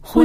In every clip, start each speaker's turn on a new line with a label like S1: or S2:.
S1: 婚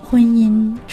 S1: 婚姻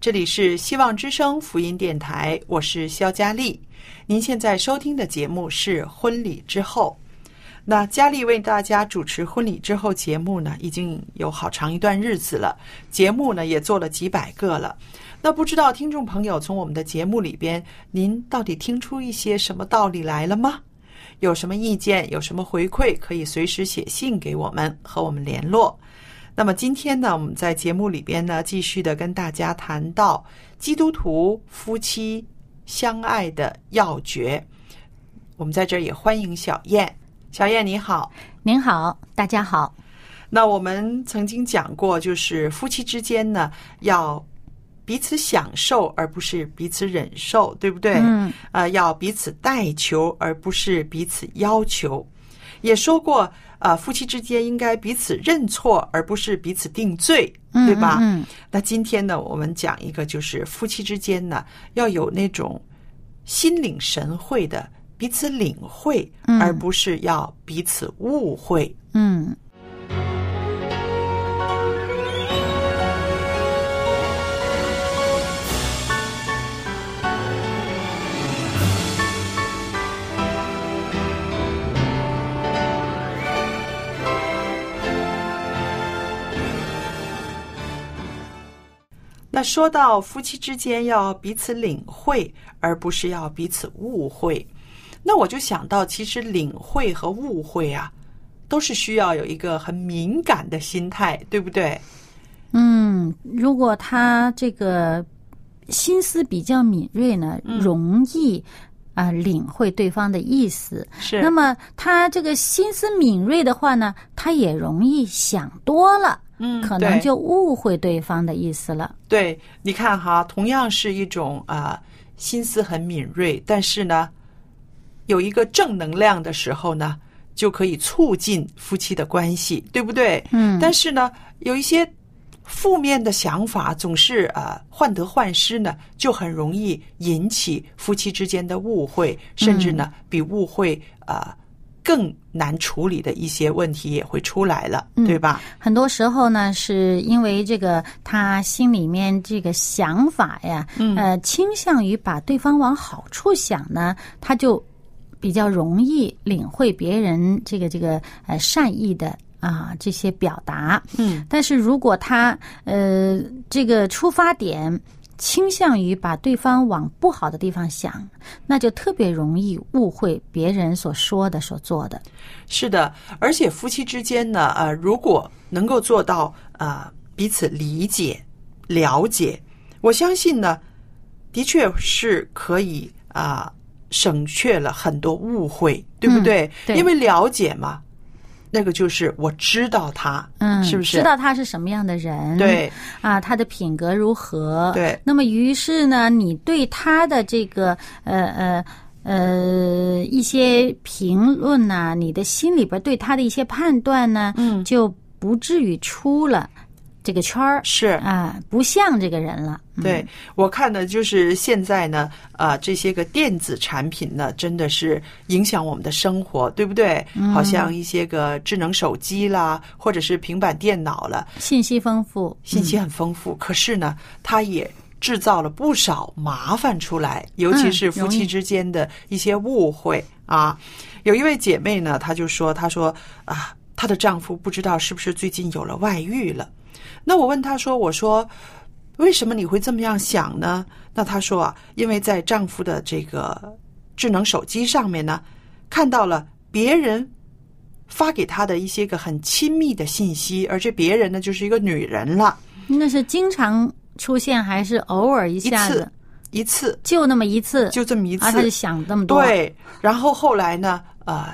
S2: 这里是希望之声福音电台，我是肖佳丽。您现在收听的节目是《婚礼之后》。那佳丽为大家主持《婚礼之后》节目呢，已经有好长一段日子了，节目呢也做了几百个了。那不知道听众朋友从我们的节目里边，您到底听出一些什么道理来了吗？有什么意见，有什么回馈，可以随时写信给我们，和我们联络。那么今天呢，我们在节目里边呢，继续的跟大家谈到基督徒夫妻相爱的要诀。我们在这儿也欢迎小燕，小燕你好。
S1: 您好，大家好。
S2: 那我们曾经讲过，就是夫妻之间呢，要彼此享受，而不是彼此忍受，对不对？
S1: 嗯，
S2: 呃，要彼此代求，而不是彼此要求。也说过，呃，夫妻之间应该彼此认错，而不是彼此定罪，
S1: 嗯
S2: 对吧？
S1: 嗯，嗯
S2: 那今天呢，我们讲一个，就是夫妻之间呢，要有那种心领神会的彼此领会，
S1: 嗯
S2: 而不是要彼此误会。
S1: 嗯，
S2: 那说到夫妻之间要彼此领会，而不是要彼此误会，那我就想到，其实领会和误会啊，都是需要有一个很敏感的心态，对不对？
S1: 嗯，如果他这个心思比较敏锐呢，
S2: 嗯
S1: 容易啊、呃领会对方的意思。
S2: 是
S1: 那么他这个心思敏锐的话呢，他也容易想多了，
S2: 嗯
S1: 可能
S2: 对
S1: 就误会对方的意思了。
S2: 对，你看哈，同样是一种啊、心思很敏锐，但是呢，有一个正能量的时候呢，就可以促进夫妻的关系，对不对？
S1: 嗯
S2: 但是呢，有一些负面的想法总是啊、患得患失呢，就很容易引起夫妻之间的误会，甚至呢，比误会啊、更难处理的一些问题也会出来了，对吧？
S1: 很多时候呢，是因为这个他心里面这个想法呀，
S2: 嗯
S1: 呃，倾向于把对方往好处想呢，他就比较容易领会别人这个这个呃善意的啊、这些表达。
S2: 嗯，
S1: 但是如果他呃这个出发点倾向于把对方往不好的地方想，那就特别容易误会别人所说的、所做的。
S2: 是的，而且夫妻之间呢，呃，如果能够做到呃彼此理解、了解，我相信呢，的确是可以啊、省却了很多误会，对不
S1: 嗯
S2: 对？
S1: 对
S2: 因为了解嘛，那个就是我知道他，
S1: 嗯，
S2: 是不是？
S1: 知道他是什么样的人？
S2: 对，
S1: 啊，他的品格如何？
S2: 对
S1: 那么于是呢，你对他的这个呃呃呃一些评论呐、你的心里边对他的一些判断呢，嗯，就不至于出了这个圈儿
S2: 是
S1: 啊，不像这个人了。嗯
S2: 对，我看呢，就是现在呢，啊，这些个电子产品呢，真的是影响我们的生活，对不对？好像一些个智能手机啦，或者是平板电脑了，
S1: 信息丰富，
S2: 信息很丰富，可是呢，它也制造了不少麻烦出来，尤其是
S1: 嗯
S2: 夫
S1: 容
S2: 妻
S1: 易
S2: 之间的一些误会、啊。有一位姐妹呢，她就说：“她说啊，她的丈夫不知道是不是最近有了外遇了。”那我问她说：“我说，为什么你会这么样想呢？”那她说啊，因为在丈夫的这个智能手机上面呢，看到了别人发给她的一些个很亲密的信息，而这别人呢，就是一个女人了。
S1: 那是经常出现还是偶尔一下
S2: 一
S1: 子
S2: 次？一次，
S1: 就那么一次，
S2: 就这么一次。
S1: 啊，他就想这么多，，
S2: 对，然后后来呢，呃，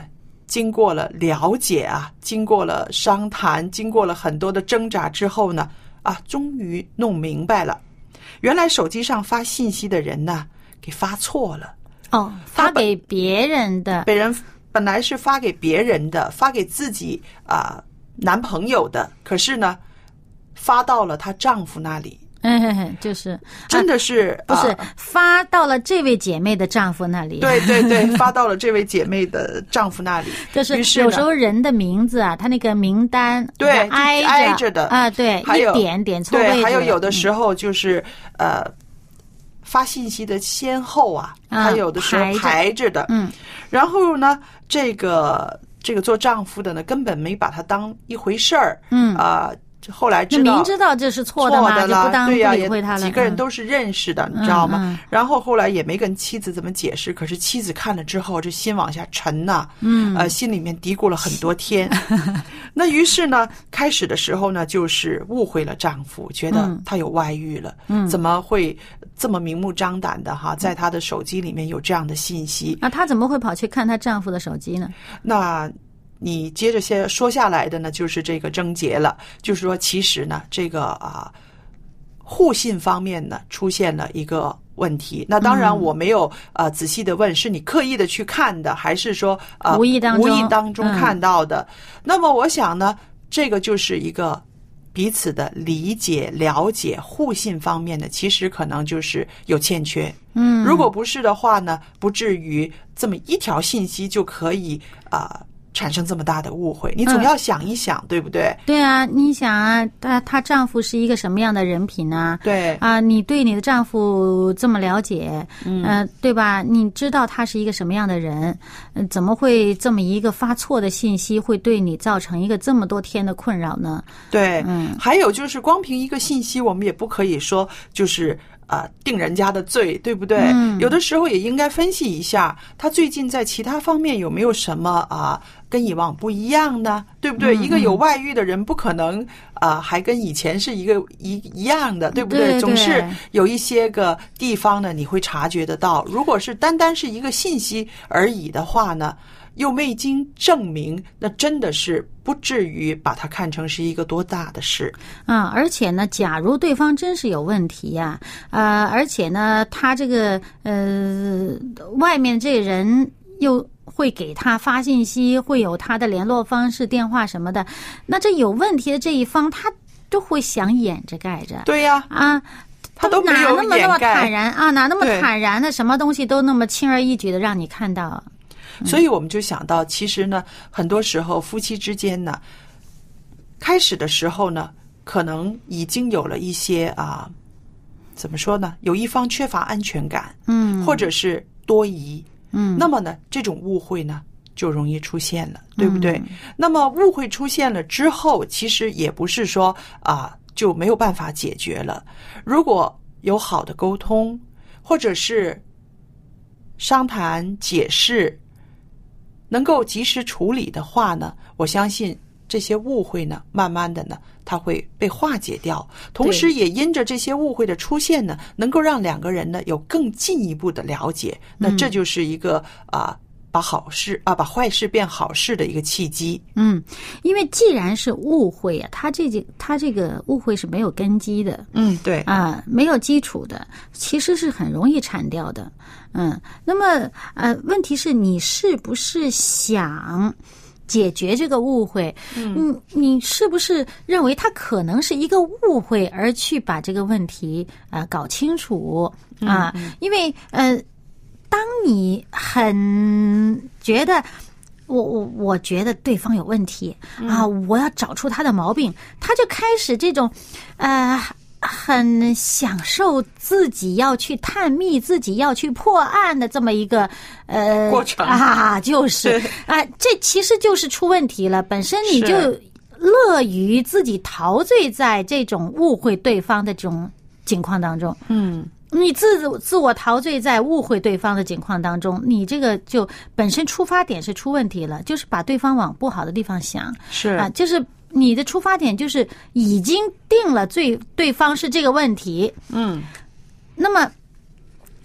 S2: 经过了了解啊，经过了商谈，经过了很多的挣扎之后呢，啊，终于弄明白了，原来手机上发信息的人呢，给发错了，
S1: 哦，
S2: 他
S1: 发
S2: 本
S1: 给别人的，
S2: 被人本来是发给别人的，发给自己啊、男朋友的，可是呢，发到了她丈夫那里，
S1: 嗯，嘿嘿就是
S2: 真的是、
S1: 啊不是
S2: 啊
S1: 发到了这位姐妹的丈夫那里？啊
S2: 对对对，发到了这位姐妹的丈夫那里，
S1: 就是
S2: 于是
S1: 有
S2: 呢
S1: 时候人的名字啊，他那个名单
S2: 对
S1: 它
S2: 就
S1: 挨
S2: 挨着的
S1: 啊，对，
S2: 还有
S1: 一点点错位置
S2: 对，还有有的
S1: 嗯
S2: 时候就是、呃，发信息的先后啊，
S1: 啊
S2: 他有的时候
S1: 排着
S2: 排着的，
S1: 嗯，
S2: 然后呢，这个这个做丈夫的呢，根本没把他当一回事儿，
S1: 嗯
S2: 啊、这后来
S1: 那
S2: 知道
S1: 明知道这是错
S2: 错
S1: 的嘛，
S2: 的
S1: 就
S2: 啦
S1: 不当不
S2: 对呀、
S1: 理
S2: 也
S1: 会他了。
S2: 几个人
S1: 嗯
S2: 都是认识的，你
S1: 嗯
S2: 知道吗？
S1: 嗯
S2: 然后后来也没跟妻子怎么解释，可是妻子看了之后，这心往下沉呐、嗯，呃，心里面嘀咕了很 多天。那于是呢，开始的时候呢，就是误会了丈夫，觉得
S1: 嗯
S2: 他有外遇了，嗯，怎么会这么明目张胆的哈，在他的手机里面有这样的信息？
S1: 那她怎么会跑去看她丈夫的手机呢？
S2: 那你接着先说下来的呢，就是这个症结了，就是说，其实呢，这个啊，互信方面呢出现了一个问题。那
S1: 嗯
S2: 当然，我没有、呃仔细的问，是你刻意的去看的，还是说呃
S1: 无意当中
S2: 无意当中
S1: 嗯
S2: 看到的？那么，我想呢，这个就是一个。彼此的理解、了解、互信方面的，其实可能就是有欠缺。
S1: 嗯，
S2: 如果不是的话呢，不至于这么一条信息就可以啊、呃产生这么大的误会。你总
S1: 嗯
S2: 要想一想，对不对？
S1: 对啊，你想啊，她她丈夫是一个什么样的人品呢、
S2: 对，
S1: 啊，你对你的丈夫这么了解，嗯、对吧？你知道他是一个什么样的人，呃怎么会这么一个发错的信息会对你造成一个这么多天的困扰呢？
S2: 对，
S1: 嗯
S2: 还有就是光凭一个信息，我们也不可以说就是啊、呃定人家的罪，对不对？
S1: 嗯
S2: 有的时候也应该分析一下，他最近在其他方面有没有什么啊、跟以往不一样呢？对不对？
S1: 嗯
S2: 一个有外遇的人不可能啊、还跟以前是一个一一样的，对不
S1: 对对
S2: 总是有一些个地方呢，你会察觉得到。如果是单单是一个信息而已的话呢，又未经证明，那真的是不至于把它看成是一个多大的事。
S1: 啊，而且呢，假如对方真是有问题呀、呃，而且呢，他这个呃，外面这人又会给他发信息，会有他的联络方式、电话什么的，那这有问题的这一方，他都会想掩着盖着
S2: 对呀、
S1: 啊。
S2: 他都
S1: 哪
S2: 没有
S1: 那么那
S2: 掩
S1: 么
S2: 盖
S1: 坦然啊？哪那么
S2: 对
S1: 坦然呢？什么东西都那么轻而易举的让你看到？嗯
S2: 所以我们就想到，其实呢，很多时候夫妻之间呢，开始的时候呢，可能已经有了一些啊，怎么说呢？有一方缺乏安全感，嗯，或者是多疑，嗯，那么呢，这种误会呢。就容易出现了，对不对？那么误会出现了之后，其实也不是说啊就没有办法解决了。如果有好的沟通，或者是商谈解释，能够及时处理的话呢，我相信这些误会呢，慢慢的呢，它会被化解掉。同时，也因着这些误会的出现呢，能够让两个人呢有更进一步的了解。那这就是一个啊、把好事啊，把坏事变好事的一个契机。
S1: 嗯，因为既然是误会啊，他这他这个误会是没有根基的。
S2: 嗯，对，
S1: 啊，没有基础的，其实是很容易铲掉的。嗯，那么呃，问题是你是不是想解决这个误会。嗯，你是不是认为它可能是一个误会，而去把这个问题啊、呃搞清楚啊？因为呃，当你很觉得。我我我觉得对方有问题
S2: 嗯
S1: 啊！我要找出他的毛病，他就开始这种，呃，很享受自己要去探秘、自己要去破案的这么一个呃
S2: 过程
S1: 啊，就是
S2: 对
S1: 啊，这其实就是出问题了。本身你就是乐于自己陶醉在这种误会对方的这种境况当中，
S2: 嗯，
S1: 你自自我陶醉在误会对方的境况当中，你这个就本身出发点是出问题了，就是把对方往不好的地方想
S2: 是
S1: 啊，就是你的出发点就是已经定了最对方是这个问题，
S2: 嗯，
S1: 那么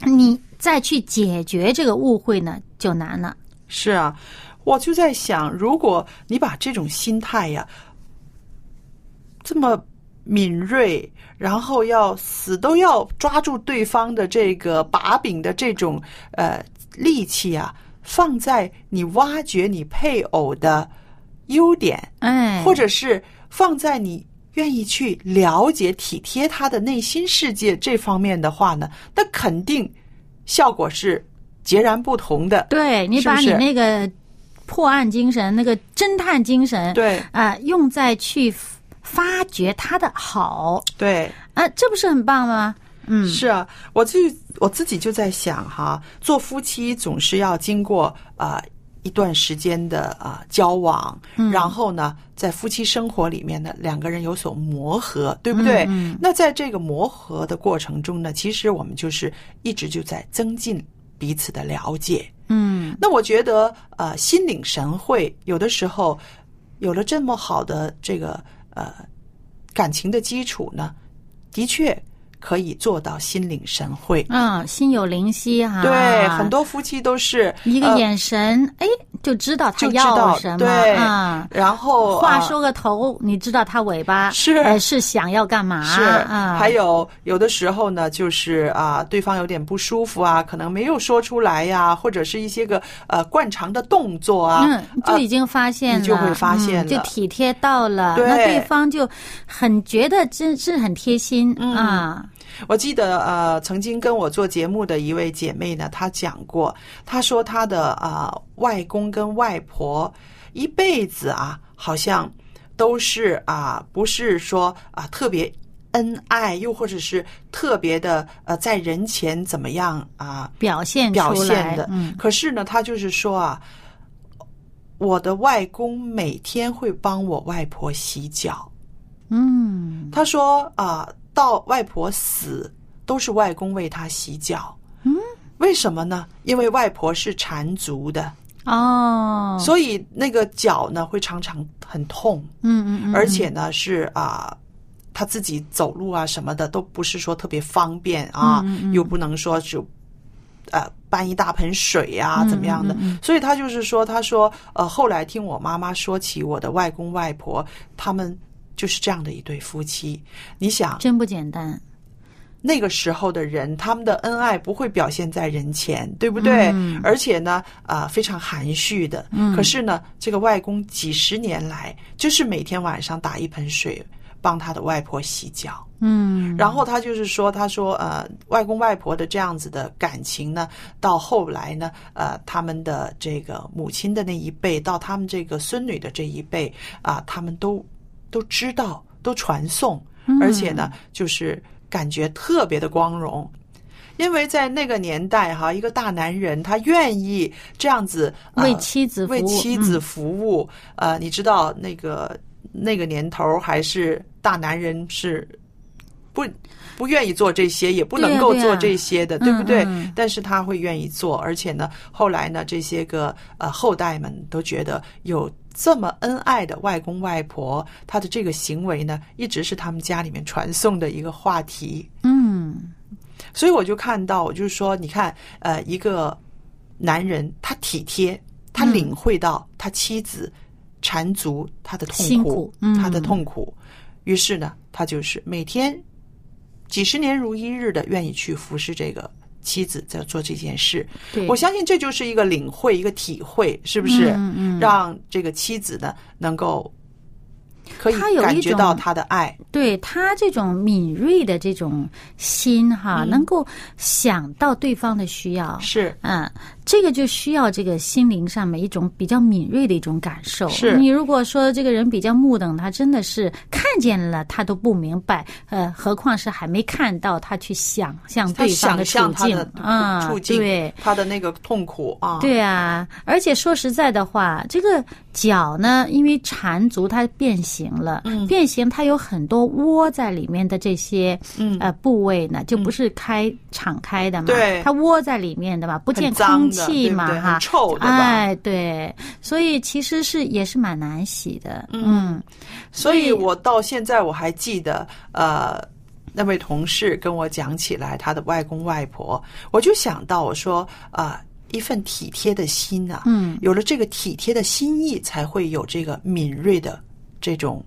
S1: 你再去解决这个误会呢就难了。
S2: 是啊，我就在想，如果你把这种心态呀，这么敏锐，然后要死都要抓住对方的这个把柄的这种呃力气啊，放在你挖掘你配偶的优点，
S1: 哎，
S2: 或者是放在你愿意去了解、体贴他的内心世界这方面的话呢，那肯定效果是截然不同的。
S1: 对你
S2: 是不
S1: 把
S2: 是
S1: 你那个破案精神、那个侦探精神，
S2: 对
S1: 啊、用在去发掘他的好。
S2: 对，
S1: 啊，这不是很棒吗？嗯，
S2: 是啊，我就我自己就在想哈，做夫妻总是要经过啊、呃一段时间的啊、呃交往，然后呢，在夫妻生活里面呢，两个人有所磨合，对不对？那在这个磨合的过程中呢，其实我们就是一直就在增进彼此的了解。
S1: 嗯，
S2: 那我觉得，呃，心领神会，有的时候有了这么好的这个呃感情的基础呢，的确可以做到心领神会。
S1: 啊，心有灵犀哈、
S2: 对，很多夫妻都是
S1: 啊一
S2: 呃
S1: 个眼神，哎、就知道他
S2: 就知
S1: 要
S2: 道
S1: 什么
S2: 对
S1: 啊。
S2: 然后
S1: 话
S2: 呃
S1: 说个头，你知道他尾巴
S2: 是
S1: 呃是想要干嘛
S2: 呃是，
S1: 啊？
S2: 还有有的时候呢，就是啊，对方有点不舒服啊，可能没有说出来呀、或者是一些个呃惯常的动作啊，
S1: 嗯，就
S2: 呃
S1: 已经发现了，
S2: 你就会发现
S1: 嗯
S2: 了
S1: 就体贴到了，
S2: 对
S1: 那对方就很觉得真是很贴心、
S2: 嗯
S1: 啊。
S2: 我记得呃，曾经跟我做节目的一位姐妹呢，她讲过，她说她的啊、呃外公跟外婆一辈子啊，好像都是啊、不是说啊、特别恩爱，又或者是特别的呃，在人前怎么样啊、
S1: 表现出来
S2: 表现的。
S1: 嗯，
S2: 可是呢，他就是说啊，我的外公每天会帮我外婆洗脚。
S1: 嗯
S2: 他说啊、到外婆死都是外公为他洗脚。嗯，为什么呢？因为外婆是缠足的，
S1: 哦，
S2: 所以那个脚呢会常常很痛，
S1: 嗯嗯嗯，
S2: 而且呢是啊。他自己走路啊什么的都不是说特别方便啊，
S1: 嗯
S2: 又不能说就呃搬一大盆水
S1: 嗯
S2: 啊怎么样的，所以他就是说，他说呃后来听我妈妈说起我的外公外婆，他们就是这样的一对夫妻。你想
S1: 嗯真不简单。
S2: 那个时候的人，他们的恩爱不会表现在人前，对不对？而且呢，啊、非常含蓄的。可是呢，这个外公几十年来，就是每天晚上打一盆水，帮他的外婆洗脚。
S1: 嗯
S2: 然后他就是说，他说，呃，外公外婆的这样子的感情呢，到后来呢，呃，他们的这个母亲的那一辈，到他们这个孙女的这一辈，啊、他们都都知道，都传颂，
S1: 嗯
S2: 而且呢，就是感觉特别的光荣。因为在那个年代哈，一个大男人他愿意这样子、呃
S1: 为妻子服务嗯
S2: 为妻子服务，呃，你知道那个那个年头还是大男人是不不愿意做这些，也不能够
S1: 对呀对呀
S2: 做这些的，对不对、
S1: 嗯嗯
S2: 但是他会愿意做，而且呢，后来呢，这些个呃后代们都觉得有这么恩爱的外公外婆，他的这个行为呢，一直是他们家里面传颂的一个话题。
S1: 嗯
S2: 所以我就看到，我就说，你看，呃，一个男人他体贴，他领会到他妻子缠足他的痛
S1: 辛
S2: 苦，
S1: 苦嗯
S2: 他的痛苦，于是呢，他就是每天几十年如一日的愿意去服侍这个妻子在做这件事。
S1: 对，
S2: 我相信这就是一个领会，一个体会，是不是？
S1: 嗯嗯
S2: 让这个妻子呢能够可以
S1: 他有一
S2: 感觉到
S1: 种
S2: 他的爱，
S1: 对他这种敏锐的这种心哈，能够想到对方的需要，
S2: 嗯是
S1: 嗯，这个就需要这个心灵上面一种比较敏锐的一种感受。
S2: 是
S1: 你如果说这个人比较木等，他真的是看见了他都不明白，呃，何况是还没看到他去想象
S2: 他
S1: 对方
S2: 想
S1: 处
S2: 象他
S1: 境
S2: 的
S1: 啊、
S2: 处境，
S1: 对。
S2: 他的那个痛苦啊，
S1: 对啊，而且说实在的话，这个脚呢，因为缠足它变形了，变形它有很多窝在里面的这些、
S2: 嗯
S1: 呃部位呢，就不是开、敞开的嘛，
S2: 对
S1: 它窝在里面的嘛，不见
S2: 很脏
S1: 空
S2: 的
S1: 气
S2: 对不
S1: 嘛，
S2: 对很
S1: 哈，
S2: 臭的吧
S1: 哎，对，所以其实是也是蛮难洗的，嗯，
S2: 所
S1: 所
S2: 以
S1: 以
S2: 我到现在我还记得，呃，那位同事跟我讲起来他的外公外婆，我就想到我说啊、一份体贴的心呐、
S1: 嗯，
S2: 有了这个体贴的心意，才会有这个敏锐的这种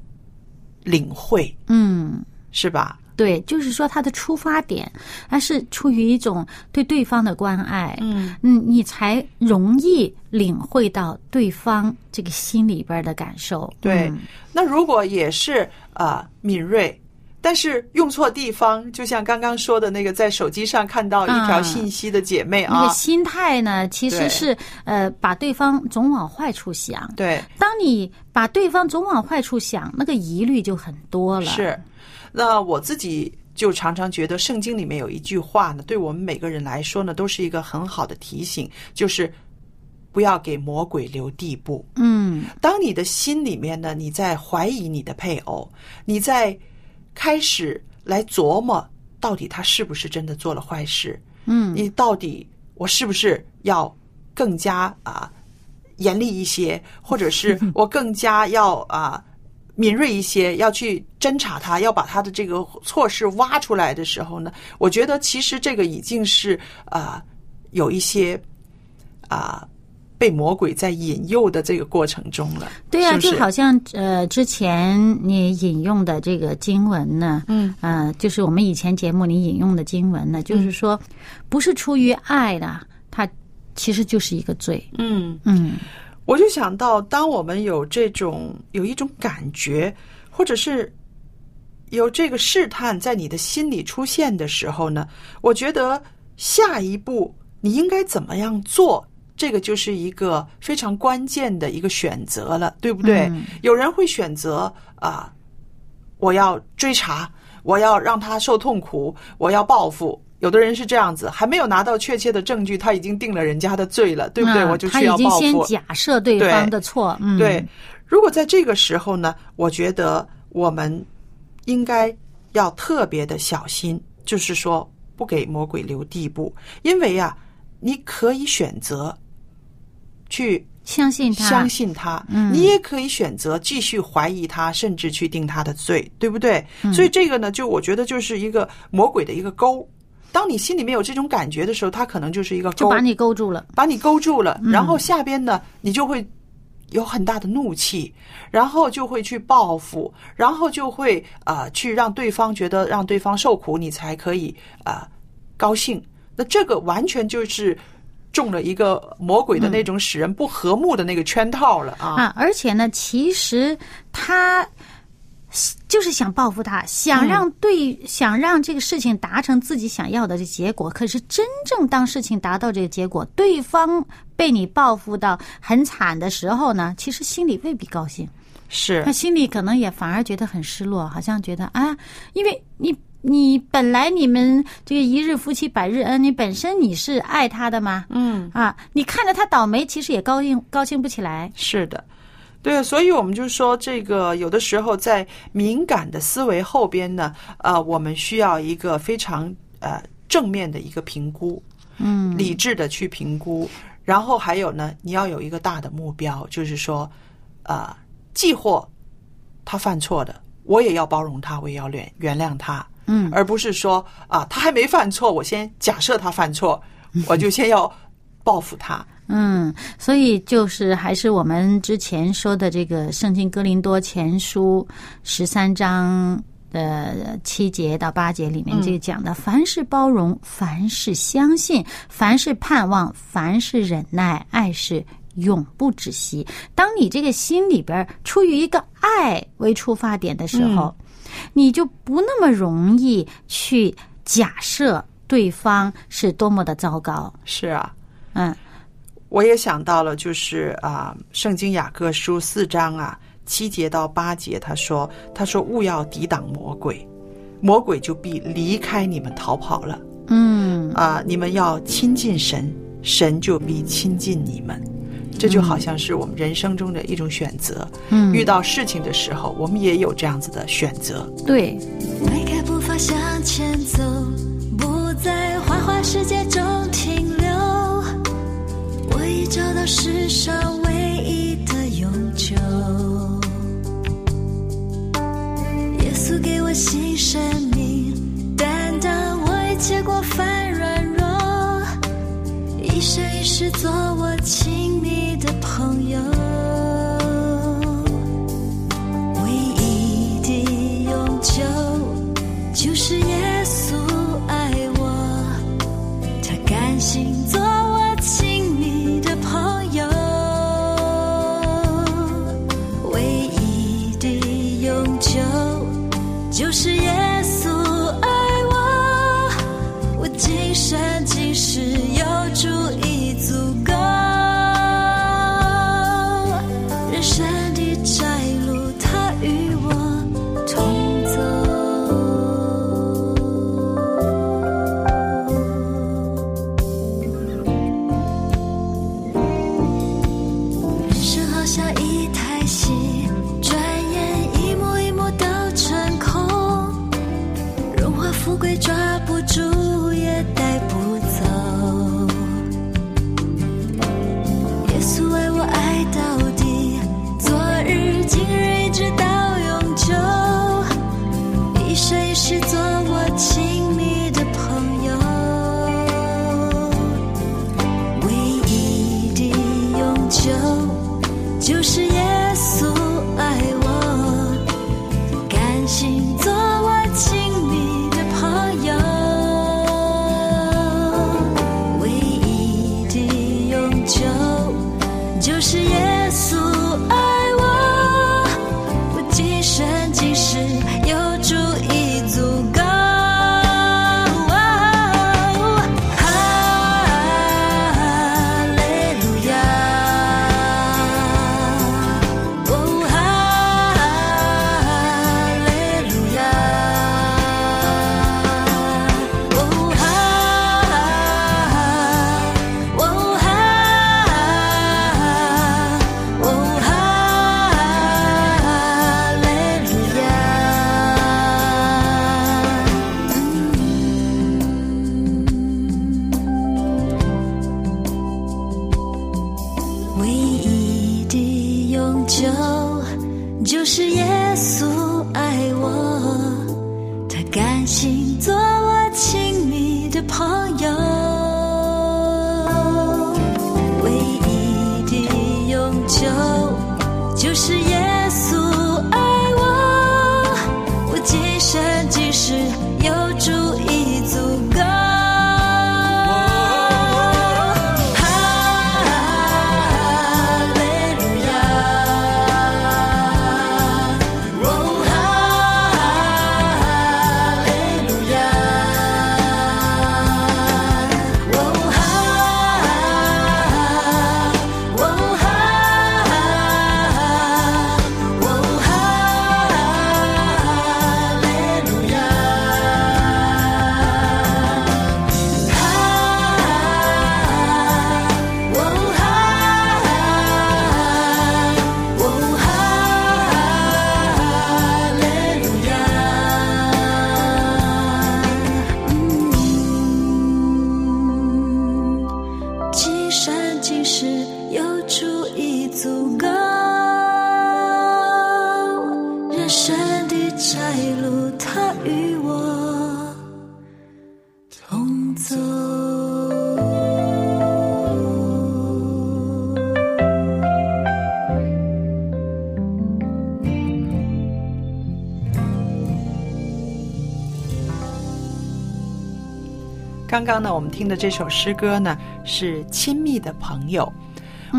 S2: 领会，
S1: 嗯。
S2: 是吧？
S1: 对，就是说他的出发点，他是出于一种对对方的关爱，
S2: 嗯
S1: 嗯，你才容易领会到对方这个心里边的感受。
S2: 对，
S1: 嗯
S2: 那如果也是啊、呃敏锐，但是用错地方，就像刚刚说的那个在手机上看到一条
S1: 啊
S2: 信息的姐妹
S1: 那
S2: 啊，
S1: 个心态呢，其
S2: 对
S1: 实是呃，把对方总往坏处想。
S2: 对，
S1: 当你把对方总往坏处想，那个疑虑就很多了。，
S2: 是，那我自己就常常觉得圣经里面有一句话呢，对我们每个人来说呢，都是一个很好的提醒，就是不要给魔鬼留地步。
S1: 嗯，
S2: 当你的心里面呢，你在怀疑你的配偶，你在开始来琢磨到底他是不是真的做了坏事，
S1: 嗯，
S2: 你到底我是不是要更加啊、严厉一些，或者是我更加要啊、敏锐一些，要去侦查他，要把他的这个错事挖出来的时候呢，我觉得其实这个已经是啊、有一些啊、被魔鬼在引诱的这个过程中了。
S1: 对呀、
S2: 是不是
S1: 就好像呃之前你引用的这个经文呢，
S2: 嗯，
S1: 呃，就是我们以前节目里引用的经文呢，就是说，不是出于爱的，它其实就是一个罪。
S2: 嗯，
S1: 嗯
S2: 我就想到，当我们有这种有一种感觉，或者是有这个试探在你的心里出现的时候呢，我觉得下一步你应该怎么样做？这个就是一个非常关键的一个选择了，对不对？
S1: 嗯
S2: 有人会选择啊、我要追查，我要让他受痛苦，我要报复。有的人是这样子，还没有拿到确切的证据，他已经定了人家的罪了，对不对？
S1: 那
S2: 我就
S1: 他
S2: 需要
S1: 已经
S2: 报复。
S1: 先假设对
S2: 对
S1: 方的错，嗯，
S2: 对，，如果在这个时候呢，我觉得我们应该要特别的小心，就是说不给魔鬼留地步，因为呀、你可以选择去
S1: 相信他，嗯
S2: 相信他，你也可以选择继续怀疑他，甚至去定他的罪，对不对？
S1: 嗯
S2: 所以这个呢，就我觉得就是一个魔鬼的一个钩。当你心里面有这种感觉的时候，他可能就是一个
S1: 就
S2: 钩，
S1: 把你勾住了。
S2: 把你勾住了，然后下边呢，你就会有很大的怒气，然后就会去报复，然后就会呃去让对方觉得让对方受苦，你才可以呃高兴。那这个完全就是中了一个魔鬼的那种使人不和睦的那个圈套了啊！
S1: 啊，而且呢，其实他就是想报复他，想让对、想让这个事情达成自己想要的这结果。可是真正当事情达到这个结果，对方被你报复到很惨的时候呢，其实心里未必高兴，
S2: 是
S1: 他心里可能也反而觉得很失落，好像觉得啊，因为你。你本来你们这个一日夫妻百日恩，你本身你是爱他的嘛，嗯啊，你看着他倒霉，其实也高兴高兴不起来，
S2: 是的，对，啊所以我们就说，这个有的时候在敏感的思维后边呢，呃，我们需要一个非常呃正面的一个评估，嗯，理智的去评估，然后还有呢，你要有一个大的目标，就是说，呃，既或他犯错的，我也要包容他，我也要原原谅他，
S1: 嗯，
S2: 而不是说啊，他还没犯错，我先假设他犯 错，我就先要报复他，
S1: 嗯，所以就是还是我们之前说的这个《圣经·哥林多前书》十三章的七节到八节里面
S2: 嗯
S1: 就讲的，凡是包容，凡是相信，凡是盼望，凡是忍耐，爱是永不止息。当你这个心里边儿出于一个爱为出发点的时候，你就不那么容易去假设对方是多么的糟糕。
S2: 是啊，
S1: 嗯，
S2: 我也想到了，就是啊，圣经雅各书》四章啊七节到八节，他说：“他说勿要抵挡魔鬼，魔鬼就必离开你们逃跑了。
S1: 嗯，
S2: 啊，你们要亲近神，神就必亲近你们。”这就好像是我们人生中的一种选择。
S1: 嗯
S2: 遇到事情的时候，我们也有这样子的选择。
S1: 对，
S3: 迈开步伐向前走，不在花花世界中停留。我已找到世上唯一的永久。耶稣给我新生命，担当我一切过犯软弱，一生一世做我亲密的朋友。唯一的永久，就是耶稣爱我，他甘心做我亲密的朋友。唯一的永久，就是耶稣爱我，我今生今世有主已足够。人生的窄路，他与我同走。人生好像一台戏，转眼一幕一幕都成空，荣华富贵抓不住，也带不走。耶稣为我爱到底，昨日、今日一直到永久，一生一世做我亲密的朋友。唯一的永久，就是耶稣爱我，甘心做我亲密的朋友。唯一的永久，就是耶稣爱我，我今生今世有主已足够。哈利路亚，哦哈利路亚。哦哈，哦哈，哦哈，哈利路亚。唯一的永久，就是耶稣爱我。他甘心做我亲密的朋友。唯一的永久，就是耶稣爱我，我今生今世有主已足够。哈利路亚。哦哈，哈利路亚！哦哈，哦哈，哦哈，哈利路亚！哈，哦哈，哦哈，哈利路亚。今生今世有主已足够，人生的窄路，他与我。同走。
S2: 刚刚呢，我们听的这首诗歌呢是《亲密的朋友》。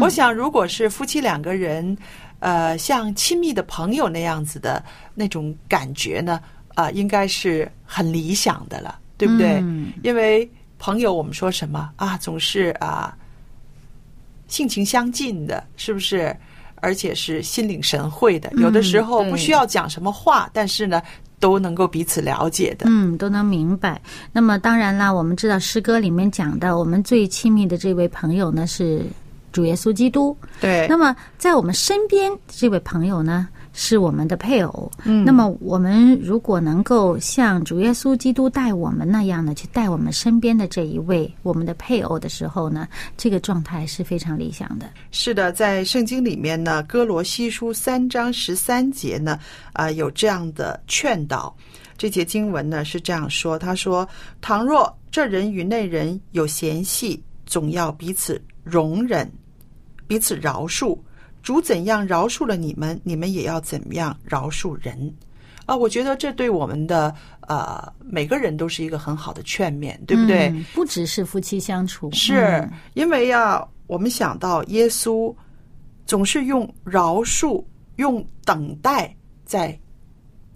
S2: 我想，如果是夫妻两个人，呃，像亲密的朋友那样子的那种感觉呢，啊、应该是很理想的了，对不对？
S1: 嗯
S2: 因为朋友，我们说什么啊，总是啊，性情相近的，是不是？而且是心领神会的，有的时候不
S4: 对
S2: 需要讲什么话，但是呢，都能够彼此了解的。
S1: 嗯，都能明白。那么当然啦，我们知道诗歌里面讲的，我们最亲密的这位朋友呢是主耶稣基督。
S2: 对
S1: 那么在我们身边这位朋友呢，是我们的配偶。嗯，那么我们如果能够像主耶稣基督带我们那样的去带我们身边的这一位我们的配偶的时候呢，这个状态是非常理想的。
S2: 是的，在圣经里面呢，《哥罗西书》三章十三节呢，啊、有这样的劝导。这节经文呢是这样说：“他说，倘若这人与那人有嫌隙，总要彼此容忍，彼此饶恕。主怎样饶恕了你们，你们也要怎么样饶恕人。”啊，我觉得这对我们的呃每个人都是一个很好的劝勉，对不对？
S1: 嗯不只是夫妻相处，嗯
S2: 是因为呀、我们想到耶稣总是用饶恕、用等待在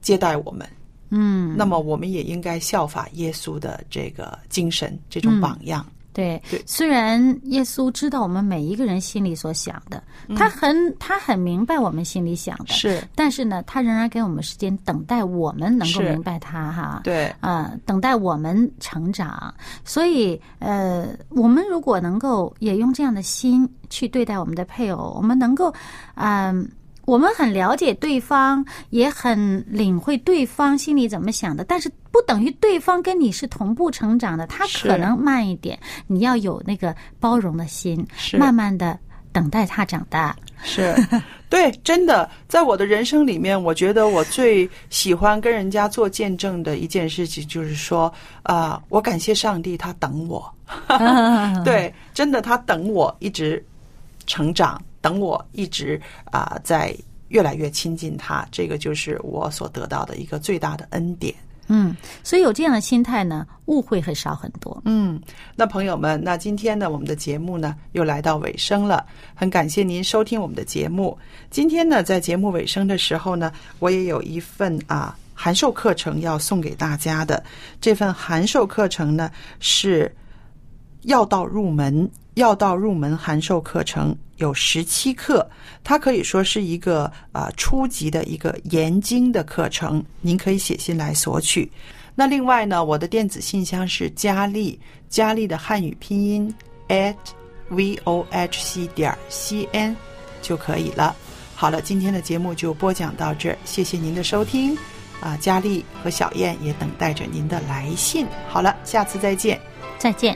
S2: 接待我们，
S1: 嗯，
S2: 那么我们也应该效法耶稣的这个精神、这种榜样。
S1: 对
S2: 对，
S1: 虽然耶稣知道我们每一个人心里所想的，他很他很明白我们心里想的，
S2: 嗯是
S1: 但是呢，他仍然给我们时间等待我们能够
S2: 是
S1: 明白他哈。
S2: 对，
S1: 啊、等待我们成长。所以，呃，我们如果能够也用这样的心去对待我们的配偶，我们能够，嗯、我们很了解对方，也很领会对方心里怎么想的，但是不等于对方跟你是同步成长的，他
S2: 是
S1: 可能慢一点，你要有那个包容的心，
S2: 是
S1: 慢慢的等待他长大。
S2: 是，对，真的，在我的人生里面，我觉得我最喜欢跟人家做见证的一件事情，就是说，啊、我感谢上帝，他等我。对，真的，他等我一直成长，等我一直啊、在越来越亲近他。这个就是我所得到的一个最大的恩典。
S1: 嗯，所以有这样的心态呢，误会会少很多。
S2: 嗯，那朋友们，那今天呢，我们的节目呢又来到尾声了，很感谢您收听我们的节目。今天呢，在节目尾声的时候呢，我也有一份啊函授课程要送给大家的。这份函授课程呢是要道入门，要道入门函授课程有十七课，它可以说是一个啊、初级的一个研经的课程，您可以写信来索取。那另外呢，我的电子信箱是佳丽，佳丽的汉语拼音 at v o h c 点 c n 就可以了。好了，今天的节目就播讲到这儿，谢谢您的收听。啊，佳丽和小燕也等待着您的来信。好了，下次再见。
S1: 再见。